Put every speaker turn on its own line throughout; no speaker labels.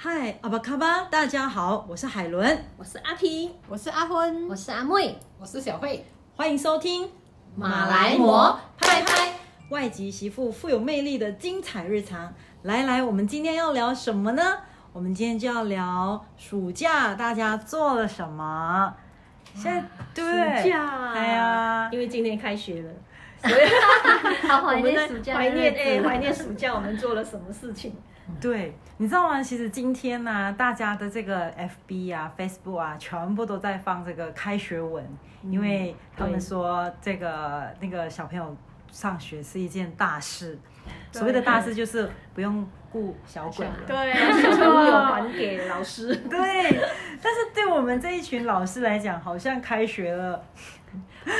嗨，阿巴卡巴，大家好，我是海伦，
我是阿皮，
我是阿昏，
我是阿妹，
我是小慧，
欢迎收听
马来魔拍拍。
外籍媳妇富有魅力的精彩日常。来来，我们今天要聊什么呢？我们今天就要聊暑假大家做了什么。现在对不对，
暑假，
哎呀，
因为今天开学了，
好怀
我们
念
在
暑假
怀
的
念
日
哎，怀
子，
念暑假我们做了什么事情？
对，你知道吗？其实今天呢、大家的这个 FB 啊、Facebook 啊，全部都在放这个开学文，因为他们
嗯对
说这个那个小朋友上学是一件大事。所谓的大事就是不用顾小鬼了。
对，啊小朋友还给老师，
对，但是对我们这一群老师来讲，好像开学了，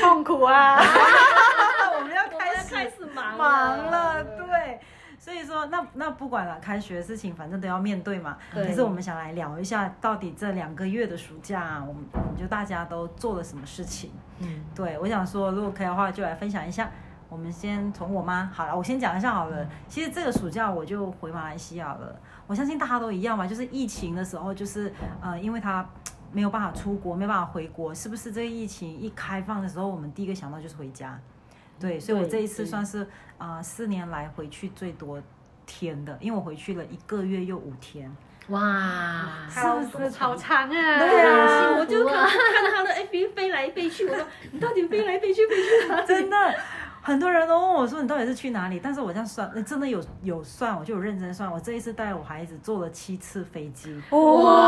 痛苦啊！
我们要
我们
开始
开始忙
忙了，对。所以说，那那不管了，开学的事情反正都要面对嘛。
对
可是我们想来聊一下，到底这两个月的暑假、我们我们就大家都做了什么事情？
嗯，
对，我想说，如果可以的话，就来分享一下。我们先从我妈好了，我先讲一下好了。其实这个暑假我就回马来西亚了。我相信大家都一样嘛，就是疫情的时候，就是呃，因为她没有办法出国，没有办法回国，是不是？这个疫情一开放的时候，我们第一个想到就是回家。对，所以我
对
这一次
对
算是啊、呃四年来回去最多天的，因为我回去了一个月又五天。
哇，
好好长啊！
对啊
我就看看他的 FB 飞来飞去，我说你到底飞来飞去飞去哪里？
真的，很多人都问我说你到底是去哪里？但是我这样算，呃真的有有算，我就有认真算。我这一次带我孩子坐了七次飞机，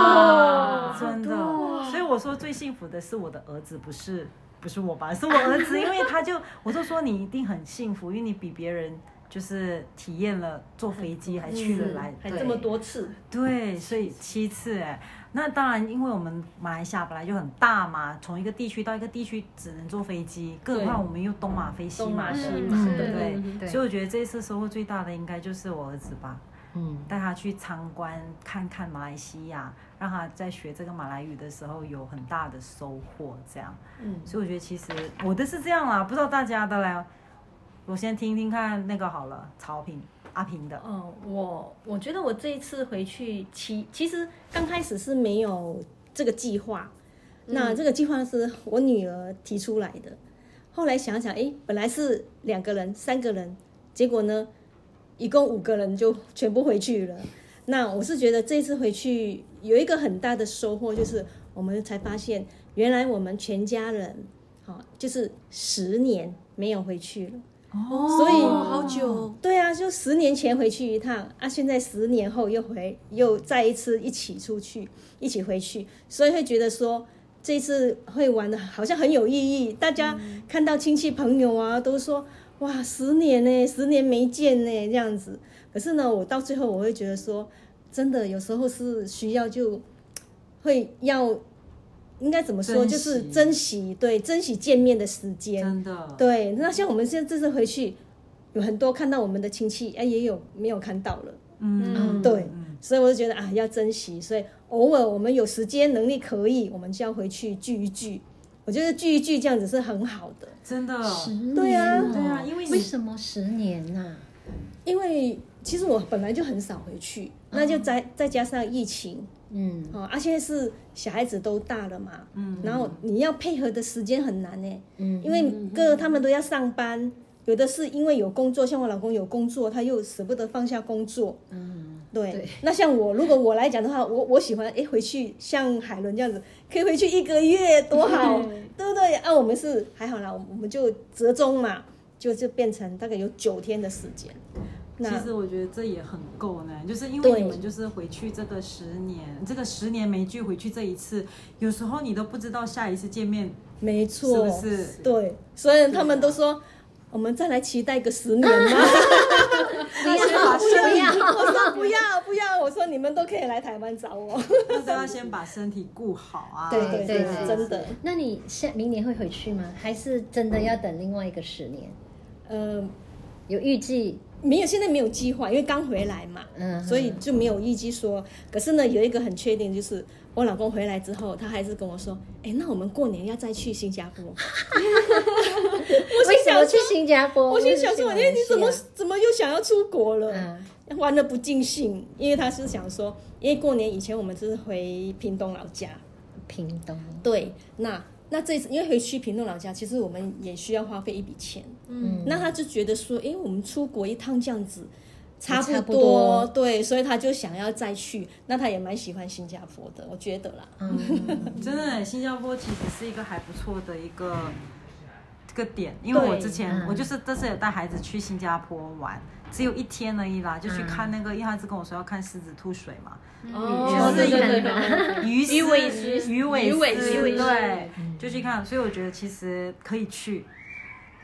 哇
真的
哇。
所以我说最幸福的是我的儿子，不是不是我吧？是我儿子，因为他就我就说你一定很幸福，因为你比别人就是体验了坐飞机，还去了来
嗯还
对
这么多次，
对，所以七次哎，那当然，因为我们马来西亚本来就很大嘛，从一个地区到一个地区只能坐飞机，更何况我们又东马飞西
东
嘛
马，西
嗯
嘛，
是
对不对？
嗯
对
所以我觉得这一次收获最大的应该就是我儿子吧，
嗯，
带他去参观看看马来西亚，让他在学这个马来语的时候有很大的收获，这样。
嗯，
所以我觉得其实我的是这样啦，不知道大家的嘞，我先听听看那个好了，曹平阿平的，
哦，我我觉得我这一次回去，其其实刚开始是没有这个计划，那这个计划是我女儿提出来的。后来想想，诶，本来是两个人、三个人，结果呢，一共五个人就全部回去了。那我是觉得这一次回去有一个很大的收获，就是我们才发现，原来我们全家人，好、就是十年没有回去了。
哦
所以
好久，
对啊，就十年前回去一趟啊，现在十年后又回，又再一次一起出去，一起回去，所以会觉得说这次会玩的好像很有意义。大家看到亲戚朋友啊，都说哇，十年呢，十年没见呢，这样子。可是呢，我到最后我会觉得说，真的有时候是需要就会要。应该怎么说？
珍惜
就是珍惜，对，珍惜见面的时间。
真的，
对，那像我们现在这次回去，有很多看到我们的亲戚，哎，也有没有看到了，
嗯，
对
嗯
所以我就觉得啊，要珍惜。所以偶尔我们有时间能力可以，我们就要回去聚一聚。我觉得聚一聚这样子是很好的，
真的，
十年哦，
对啊
对啊因为你
为什么十年啊呐？
因为其实我本来就很少回去，那就再再加上疫情，
嗯
哦，啊，现在是小孩子都大了嘛，
嗯，
然后你要配合的时间很难呢、欸
嗯，
因为各他们都要上班，有的是因为有工作，像我老公有工作，他又舍不得放下工作。
嗯
对，
对
那像我，如果我来讲的话，我我喜欢诶回去像海伦这样子，可以回去一个月，多好，
嗯
对不对？啊，我们是还好啦，我们我们就折中嘛，就就变成大概有九天的时间。
其
那
实我觉得这也很够呢，就是因为
对
你们就是回去这个十年，这个十年没聚回去这一次，有时候你都不知道下一次见 面
没
是
错，
不是？
对，所以他们都说。我们再来期待个十年嘛？
不要不要，
我说不要不要，我说你们都可以来台湾找我。
那都要先把身体顾好啊。
对对
对
对，
对
真的。
那你下明年会回去吗？还是真的要等另外一个十年？
呃，
有预计？
没有，现在没有计划，因为刚回来嘛，
嗯，
所以就没有预计说。可是呢，有一个很确定，就是我老公回来之后，他还是跟我说：“哎，那我们过年要再去新加坡。”我
为什
心想
么去
说，
新加坡？
我心想
为什
说，
么去
哎，你怎
马
么
来西亚
怎么又想要出国了？
嗯
玩的不尽兴，因为他是想说，因为过年以前我们是回屏东老家，
屏东
对，那那这次因为回去屏东老家，其实我们也需要花费一笔钱，
嗯，
那他就觉得说，诶，我们出国一趟这样子。差不
差
多，
不多
对，所以他就想要再去，那他也蛮喜欢新加坡的，我觉得啦。
真的，新加坡其实是一个还不错的一个这个点，因为
对
我之前、
嗯
我就是这次有带孩子去新加坡玩，只有一天而已啦，就
嗯
去看那个，因为他是跟我说要看狮子吐水嘛，
哦，
对
对
对
对
对
对，
鱼
鱼尾
尾
狮
鱼尾
鱼尾
狮
狮鱼尾狮
对，
嗯
就去看，所以我觉得其实可以去。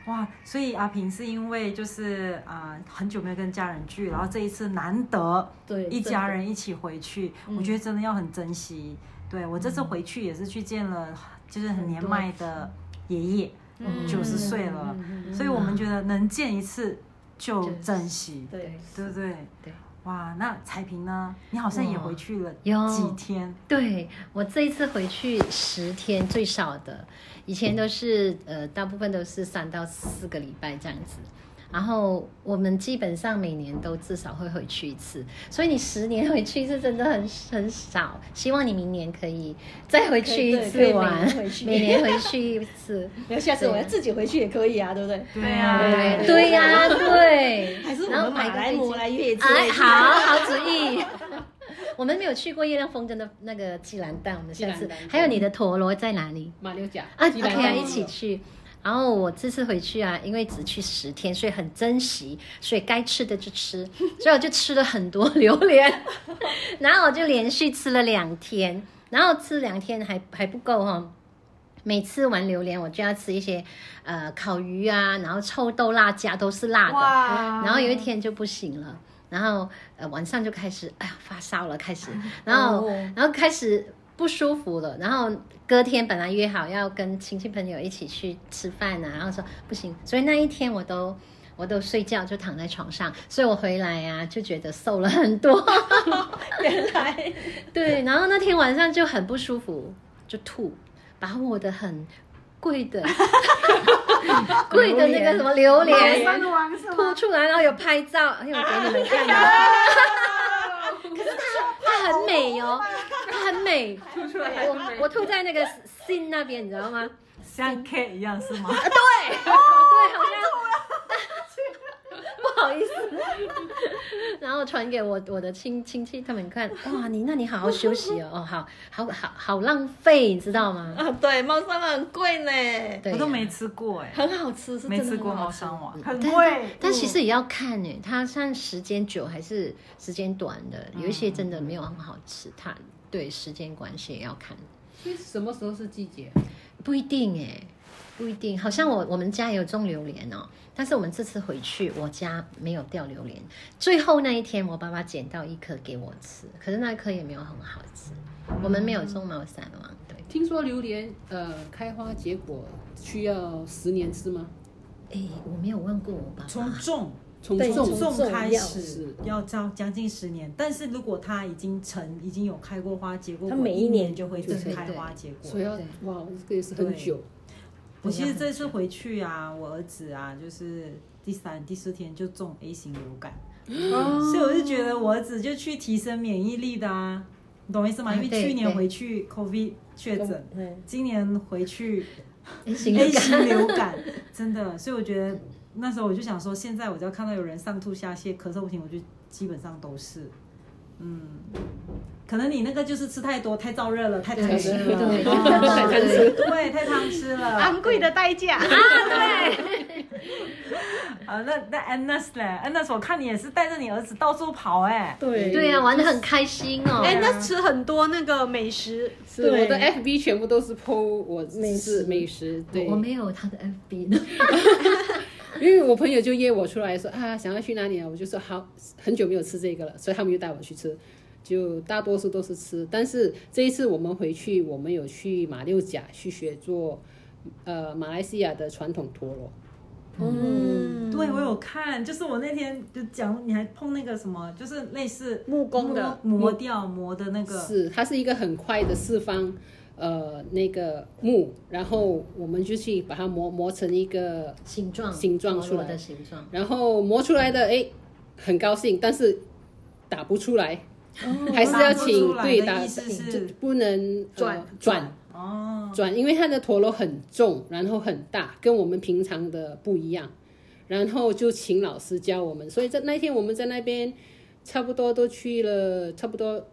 哇，所以阿平是因为就是啊、很久没有跟家人聚，然后这一次难得
对
一
真
家
的
人一起回去，我觉得真的要很珍惜。对我这次回去也是去见了，就是很年迈的爷爷，九十岁了，
嗯
所以我们觉得能见一次就珍惜，
对
对不对？
对。
哇，那彩萍呢？你好像也回去了
有
几天，
对我这一次回去十天最少的，以前都是呃，大部分都是三到四个礼拜这样子。然后我们基本上每年都至少会回去一次，所以你十年回去一次真的很很少。希望你明年可以再回去一
可以
次
对
玩
可以每年回，去
每年回去一 次。
那下次我要自己回去也可以啊，对哎不对？
对
啊
对 对呀、 对。
还是我
然后
们马
买个
来
飞
摩
机
来月之类
哎，
的
好好主意。 我们没有去过月亮风筝的那个鸡兰蛋，我们下
鸡
次
兰蛋
还有你的陀螺在哪里
马六甲
啊？
基
可
本
以
上
啊，
都
一起
有
去。然后我这次回去啊，因为只去十天，所以很珍惜，所以该吃的就吃， 所以我就吃了很多榴莲， 然后我就连续吃了两天，然后吃两天还还不够哈、哦，每次玩榴莲我就要吃一些呃烤鱼啊，然后臭豆辣椒都是辣的，
哇
然后有一天就不行了，然后呃晚上就开始哎呀发烧了，开 始，然后、
哦
然后开始不舒服了，然后隔天本来约好要跟亲戚朋友一起去吃饭啊，然后说不行，所以那一天我都。我都睡觉就躺在床上，所以我回来啊就觉得瘦了很多，
原来
对，然后那天晚上就很不舒服，就吐，把我的很贵的 贵的那个什么榴
马
莲
三王是
吐
吗？
出来，然后有拍照，哎呦，我给你们看啊。它很美哦，它很美。吐出来我我吐在那个心那边，你知道吗？
像 K 一样是吗？
对，好像。 不好意思，然后传给我我的亲亲戚他们看，哇，你那你好好休息哦，哦，好好好好浪费，你知道吗？
啊，对，猫山王很贵呢，
对呀、啊
我都没吃过哎、
很好吃，是
没
真
吃
的
过
很
猫
好吃。
山王，
很
嗯但
贵，
但其实也要看诶，它算时间久还是时间短的，有一些真的没有很好吃，它对时间关系也要看，
所以什么时候是季节？
不一定诶，不一定。好像我我们家也有种榴莲哦，但是我们这次回去，我家没有掉榴莲。最后那一天，我爸爸捡到一颗给我吃，可是那一颗也没有很好吃。我们没有种毛伞王，对，
听说榴莲呃开花结果需要十年是吗？
诶，我没有问过我爸爸。
从种
从
对
种
从
种开始
是
要将将近十年，但是如果它已经成，已经有开过花结果，
它每
一
一
年
年
就会
对对
开
对
花结果。
所以要
对
哇，这个也是很久。
我其实这次回去啊，我儿子啊，就是第三、第四天就中 A 型流感，所以我就觉得我儿子就去提升免疫力的啊，你懂我意思吗？
啊
因为
对
去年
对
回去 COVID 确诊，
嗯，
今年回去
诶行
A 型流感，真的，所以我觉得那时候我就想说，现在我只要看到有人上吐下泻、咳嗽不停，我就基本上都是，嗯，可能你那个就是吃太多、太燥热了、太贪吃了，
对对
哦
太贪吃
对，太贪吃了。
昂贵的代价。
啊，那那 Annas 嘞，Annas，我看你也是带着你儿子到处跑哎、
对
对啊，玩的很开心哦。
哎，那吃很多那个美食，
是
对
我的 FB 全部都是 PO 我
美食
是美食，对，
我没有他的 FB 呢。
因为我朋友就约我出来说啊，想要去哪里啊？我就说好，很久没有吃这个了，所以他们就带我去吃。就大多数都是吃，但是这一次我们回去，我们有去马六甲去学做，呃，马来西亚的传统陀螺。
嗯，
对，我有看，就是我那天就讲，你还碰那个什么，就是类似
木工的
磨磨掉磨的那个，
是，它是一个很快的四方，呃，那个木，然后我们就去把它磨磨成一个，
形状，
形状出
陀
来
螺的形状，
然后磨出来的，哎，很高兴，但是打不出来，
哦
还是要请
打不出来的
对打
意思是
就不能呃
转
转嗯
哦，
转，因为它的陀螺很重，然后很大，跟我们平常的不一样。然后就请老师教我们，所以在那一天我们在那边差不多都去了差不多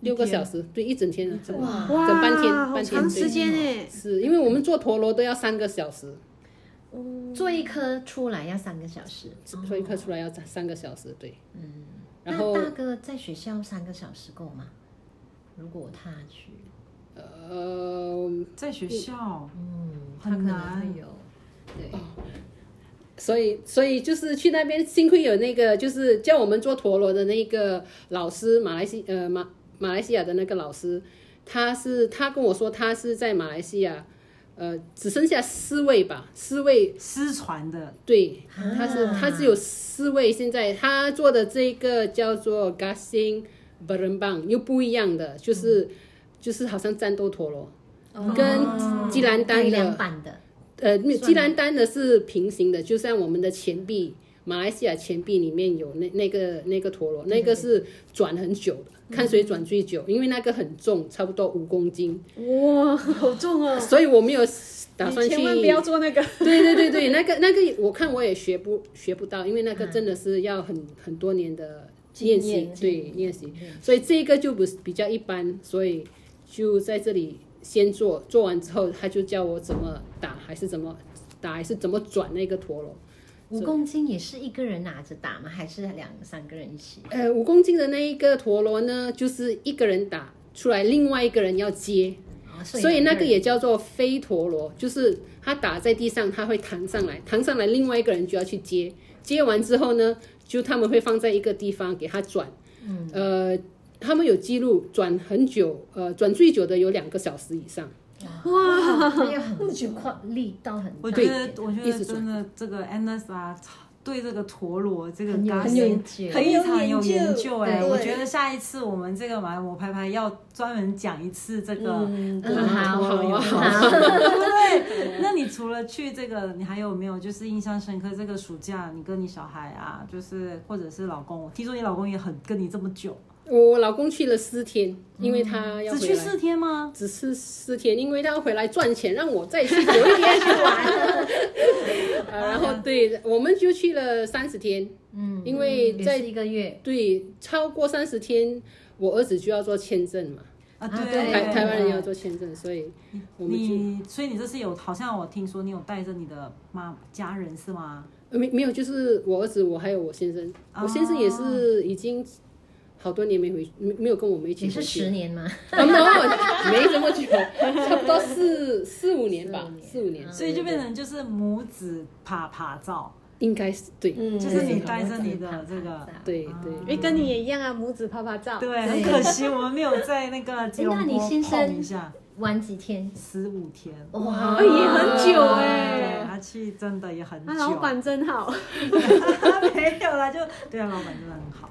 六个小时，对，一整天了，差不多
哇
整半天
好
半天
长时间哎，
是因为我们做陀螺都要三个小时，
做一颗出来要三个小时，
所以刻出来要三三个小时，对，嗯，然后
那大哥在学校三个小时够吗？如果他去，
呃，
在学校
嗯，他可
很
能
难
会有，对，
所以所以就是去那边，幸亏有那个就是教我们做陀螺的那个老师，马来西呃马马来西亚的那个老师，他是他跟我说他是在马来西亚，呃，只剩下四位吧，四位
失传的
对，他是、他是有四位，现在他做的这个叫做 Gasing b a r a n b a n g 又不一样的，就是、就是好像战斗陀螺，
哦
跟基兰丹
对
的
两版的，
呃，没有
算
基兰丹的是平行的，就像我们的钱币，马来西亚钱币里面有那那个那个陀螺，
嗯
那个是转很久的，看谁转最久，因为那个很重，差不多五公斤，
哇，好重哦！
所以我没有打算
你
去。
千万不要做那个，
对对对对，那个那个，我看我也学不学不到，因为那个真的是要很很多年的练
经
习
验，
对练习，所以这个就不是比较一般，所以就在这里先做，做完之后他就教我怎么打，还是怎么打，还是怎么转那个陀螺。
五公斤也是一个人拿着打吗？还是两三个人一起？
呃，五公斤的那一个陀螺呢，就是一个人打出来，另外一个人要接，
哦
所以
两
那个
人
也叫做飞陀螺，就是它打在地上，它会弹上来，弹上来，另外一个人就要去接，接完之后呢，就他们会放在一个地方给它转，嗯，呃，他们有记录，转很久，呃，转最久的有两个小时以上，
哇，那 又很快，力道很大，
我觉得，我觉
一
得
直转
真的这个 Anders 啊，对这个陀螺这个
很有
gas
很
非常有
有研究
研
很有研究
究哎、
对
我觉得下一次我们这个嘛，我拍拍要专门讲一次这个。
嗯，
嗯好
好
好
啊
好
好
对，那你除了去这个，你还有没有就是印象深刻？这个暑假你跟你小孩啊，就是或者是老公，我听说你老公也很跟你这么久，
我老公去了四天，因为他要
只
回
去
来
四天吗？
只是四天，因为他要回来赚钱，让我再去久一点去 玩。呃然后对，我们就去了三十天，
嗯，
因为
也
在
是一个月，
对超过三十天，我儿子就要做签证嘛，
啊，
啊
对，
对
台台湾人要做签证，所以我们就
你，所以你这次有，好像我听说你有带着你的妈家人是吗？
呃没没有，就是我儿子，我还有我先生，
哦
我先生也是已经好多年没回，没没有跟我们一起
也
回去
是十年嘛，
啊，没有没这么久，差不多四四五年吧，四
四
五
五
年
年，
所以就变成就是母子爬爬照，
应该是对，
嗯
就是你带
单
着
身
你的这 个，
对
啊
对。
哎，跟你也一样啊，母子啪啪照。
对，很可惜我们没有在哎那 个吉隆
那你
坡
先生
碰一下，
玩几天，
十五天，
哇
哎也很久
对，
哎
他去真的也很久。
那老板真好，
没有啦，就对啊，老板真的很好。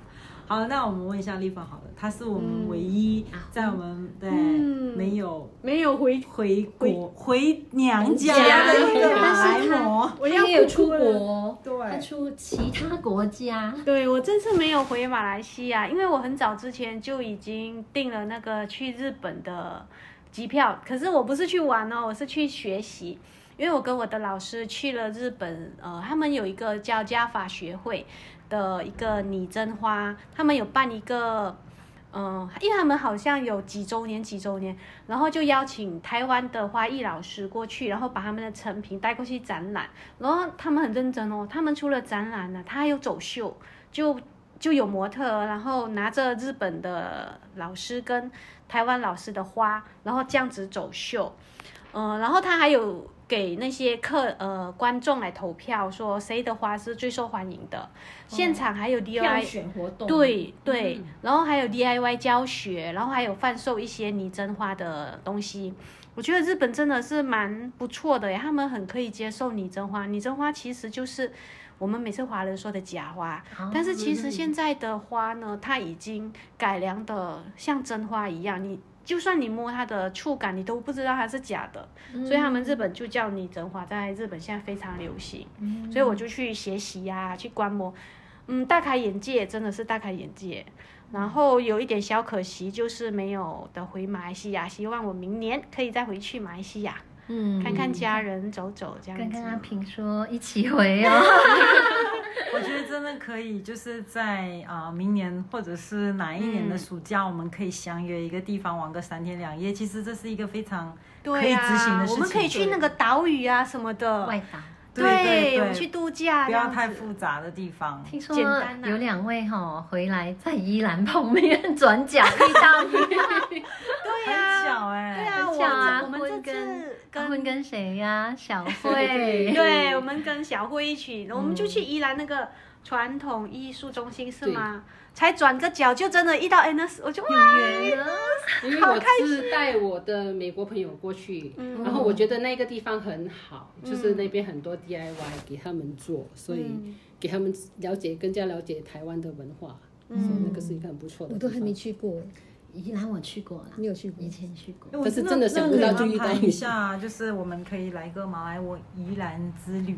好，那我们问一下丽芳好了，她是我们唯一在我们对
嗯
没有
没有回，
回国回娘家的一个马来模，
我
他
要
也有
哭
出
了
国，
对
他出其他国家，
对我这次没有回马来西亚，因为我很早之前就已经订了那个去日本的机票，可是我不是去玩哦，我是去学习。因为我跟我的老师去了日本，呃，他们有一个叫加法学会的一个拟真花，他们有办一个，嗯、因为他们好像有几周年几周年，然后就邀请台湾的花艺老师过去，然后把他们的成品带过去展览，然后他们很认真哦，他们除了展览呢，他还有走秀，就就有模特儿，然后拿着日本的老师跟台湾老师的花，然后这样子走秀，嗯、然后他还有给那些客呃观众来投票，说谁的花是最受欢迎的，现场还有 DIY
票选活动，
对对、然后还有 DIY 教学，然后还有贩售一些拟真花的东西。我觉得日本真的是蛮不错的耶，他们很可以接受拟真花。拟真花其实就是我们每次华人说的假花，
哦，
但是其实现在的花呢，它已经改良的像真花一样，你就算你摸它的触感，你都不知道它是假的。所以他们日本就叫拟真花，在日本现在非常流行。所以我就去学习呀、去观摩，嗯，大开眼界，真的是大开眼界。然后有一点小可惜，就是没有的回马来西亚。希望我明年可以再回去马来西亚，
嗯，
看看家人，走走这样
跟
子。
跟阿平说一起回哦。
我觉得真的可以，就是在啊、呃明年或者是哪一年的暑假，我们可以相约一个地方玩个三天两夜。其实这是一个非常可
对
以
呀、
执行的事
我们可以
情
去那个岛屿啊什么的，
外岛，
对对对
我们去度假，
不
这样
要
子
太复杂的地方。
听说
简单啊
有两位哈、回来在宜兰碰面，转角遇到你，
对
很
呀、
巧哎、
对啊，
很
我
巧啊
我们
婚
这
跟
次
结
跟
婚跟谁呀、小慧
对。
对，我们跟小慧一起，我们就去宜兰那个传统艺术中心是吗？才转个角就真的遇到 a n n 我就哇，
有缘了，
因为我是带我的美国朋友过去，
嗯
然后我觉得那个地方很好，就是那边很多 DIY 给他们做，所以给他们了解更加了解台湾的文化，
嗯
所以那个是一个很不错的
我
地
都
方。
还没去过，
宜兰我去过啦，
你有去过
以？前去过。
我
但是真的想不到就
那可
遇到
以安排
你
一下，就是我们可以来个马来我宜兰之旅。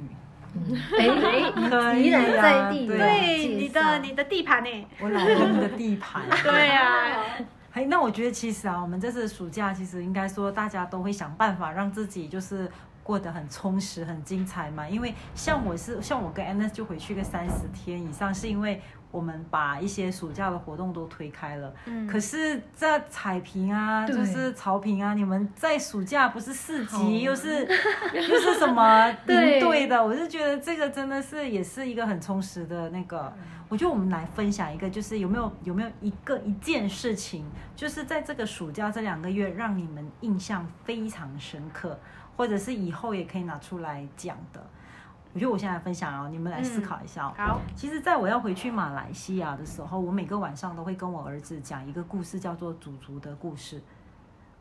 哎哎，
可
宜
以
兰
啊
在地
对
的
对你
介绍
的你的地盘呢？
我老公的地盘。
对呀，
哎，那我觉得其实啊，我们这次暑假其实应该说大家都会想办法让自己就是过得很充实、很精彩嘛。因为像我是像我跟 Anna 就回去个三十天以上，是因为我们把一些暑假的活动都推开了。
嗯
可是这彩屏啊，
对
就是潮屏啊，你们在暑假不是市
好
集，又是 又是什么
对
营队的，我是觉得这个真的是也是一个很充实的那个。我觉得我们来分享一个，就是有没有有没有一个一件事情，就是在这个暑假这两个月让你们印象非常深刻，或者是以后也可以拿出来讲的。我觉得我现在分享啊，你们来思
嗯
考一下哦。
好，
其实，在我要回去马来西亚的时候，我每个晚上都会跟我儿子讲一个故事，叫做《祖祖的故事》。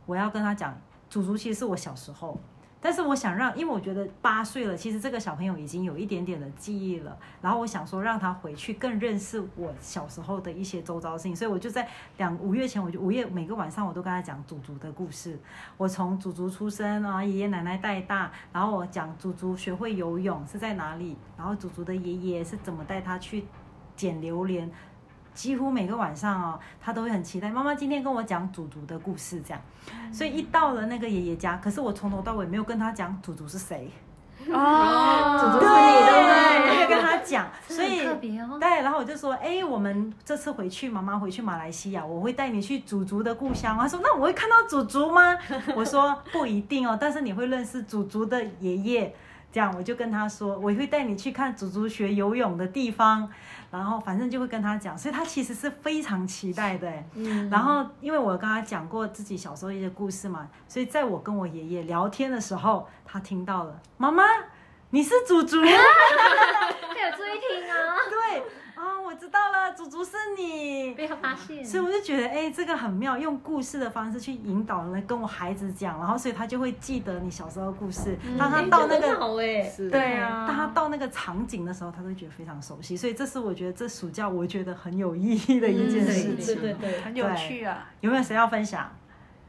我要跟他讲，祖祖其实是我小时候，但是我想让，因为我觉得八岁了，其实这个小朋友已经有一点点的记忆了。然后我想说，让他回去更认识我小时候的一些周遭事情，所以我就在两五月前，我就五月每个晚上我都跟他讲祖祖的故事。我从祖祖出生啊，爷爷奶奶带大，然后我讲祖祖学会游泳是在哪里，然后祖祖的爷爷是怎么带他去捡榴莲，几乎每个晚上哦，他都会很期待妈妈今天跟我讲祖祖的故事这样，
嗯
所以一到了那个爷爷家，可是我从头到尾没有跟他讲祖祖是谁，
哦，
祖祖是你的吗
没有跟他讲，所以
是很特别 哦。
对，然后我就说，哎，我们这次回去，妈妈回去马来西亚，我会带你去祖祖的故乡。他说，那我会看到祖祖吗？我说不一定哦，但是你会认识祖祖的爷爷。这样我就跟他说，我会带你去看祖祖学游泳的地方，然后反正就会跟他讲，所以他其实是非常期待的。哎然后因为我跟他讲过自己小时候一些故事嘛，所以在我跟我爷爷聊天的时候，他听到了，妈妈，你是祖祖吗？
没有注意听哦，
对啊、我知道了，祖祖是你。
被他发现。
所以我就觉得，哎、这个很妙，用故事的方式去引导人跟我孩子讲，然后所以他就会记得你小时候的故事。当他到那
诶真的
个、
好哎，
是
对啊
当他到那个场景的时候，他会觉得非常熟悉。所以这是我觉得这暑假我觉得很有意义的一件
嗯
事
对
情。
对对，
很有趣啊，
有没有谁要分享？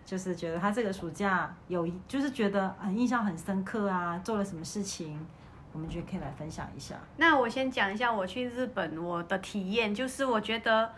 就是觉得他这个暑假有一，就是觉得很印象很深刻啊，做了什么事情，我们就可以来分享一下。
那我先讲一下我去日本我的体验，就是我觉得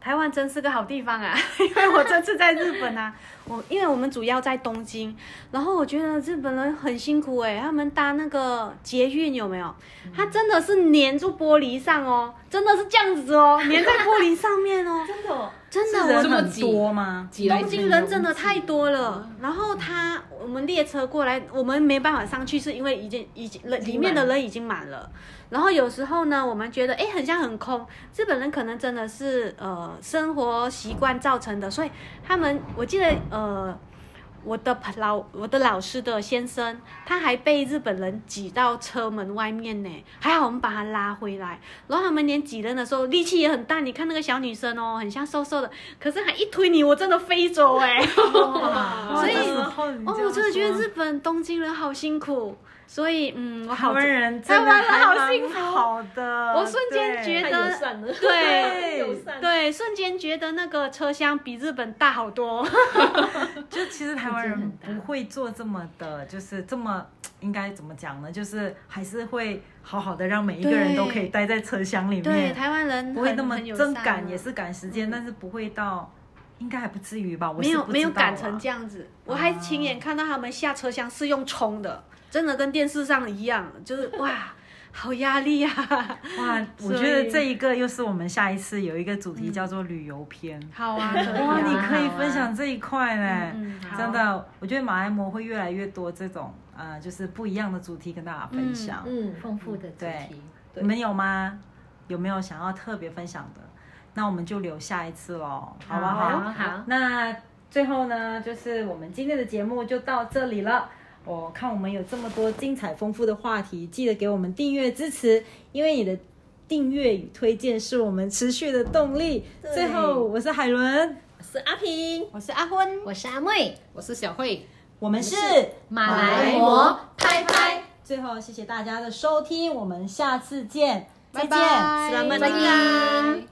台湾真是个好地方啊，因为我这次在日本啊，我因为我们主要在东京，然后我觉得日本人很辛苦诶、他们搭那个捷运有没有？他真的是粘住玻璃上哦，真的是这样子哦，粘在玻璃上面哦，
真的哦，
真的
是
我
这
人
么
很
挤
多吗？
挤来
东
挤去
京人真的太多了，然后他我们列车过来，我们没办法上去，是因为已经已经人里面的人已经满了。然后有时候呢，我们觉得哎，很像很空。日本人可能真的是呃生活习惯造成的，所以他们我记得呃我的朋老我的老师的先生，他还被日本人挤到车门外面呢，还好我们把他拉回来。然后他们连挤人的时候力气也很大，你看那个小女生哦，很像瘦瘦的，可是还一推你，我真的飞走哎、
哇
所以
这时候你
哦，
这样
我真的觉得
说
日本东京人好辛苦，所以嗯，我
台
好
湾人
台
真的
湾人好
还蛮
幸福
好的，
我瞬间
对
觉
太
得
友善了，
对
友善，
对，瞬间觉得那个车厢比日本大好多。
就其实台湾人不会做这么的，就是这么应该怎么讲呢？就是还是会好好的让每一个人都可以待在车厢里
对，
面，
台湾人
不会
很
那么
很友
真
善
赶
啊
也是赶时间，但是不会到，应该还不至于吧？我
没
是
有
不
没有
知道
赶
啊
成这样子，我还亲眼看到他们下车厢是用冲的，真的跟电视上一样，就是哇，好压力啊！
哇！我
所
觉得
以嗯
这一个又是我们下一次有一个主题叫做旅游篇，
好啊，可以啊
哇，你可以
好啊
分享这一块呢。
嗯，好
真，的，我觉得马来貘会越来越多这种呃，就是不一样的主题跟大家分享。
嗯，
丰富的主
对
题。
你们有吗？有没有想要特别分享的？那我们就留下一次喽，好不好？
好好
那最后呢，就是我们今天的节目就到这里了。我、看我们有这么多精彩丰富的话题，记得给我们订阅支持，因为你的订阅与推荐是我们持续的动力。
对
最后，我是海伦，
我是阿平，
我是阿昏。
我是阿妹，
我是小慧。
我们是
马来貘，拍拍。
最后，谢谢大家的收听，我们下次见，再见。
拜拜
斯拉曼
再
达
见。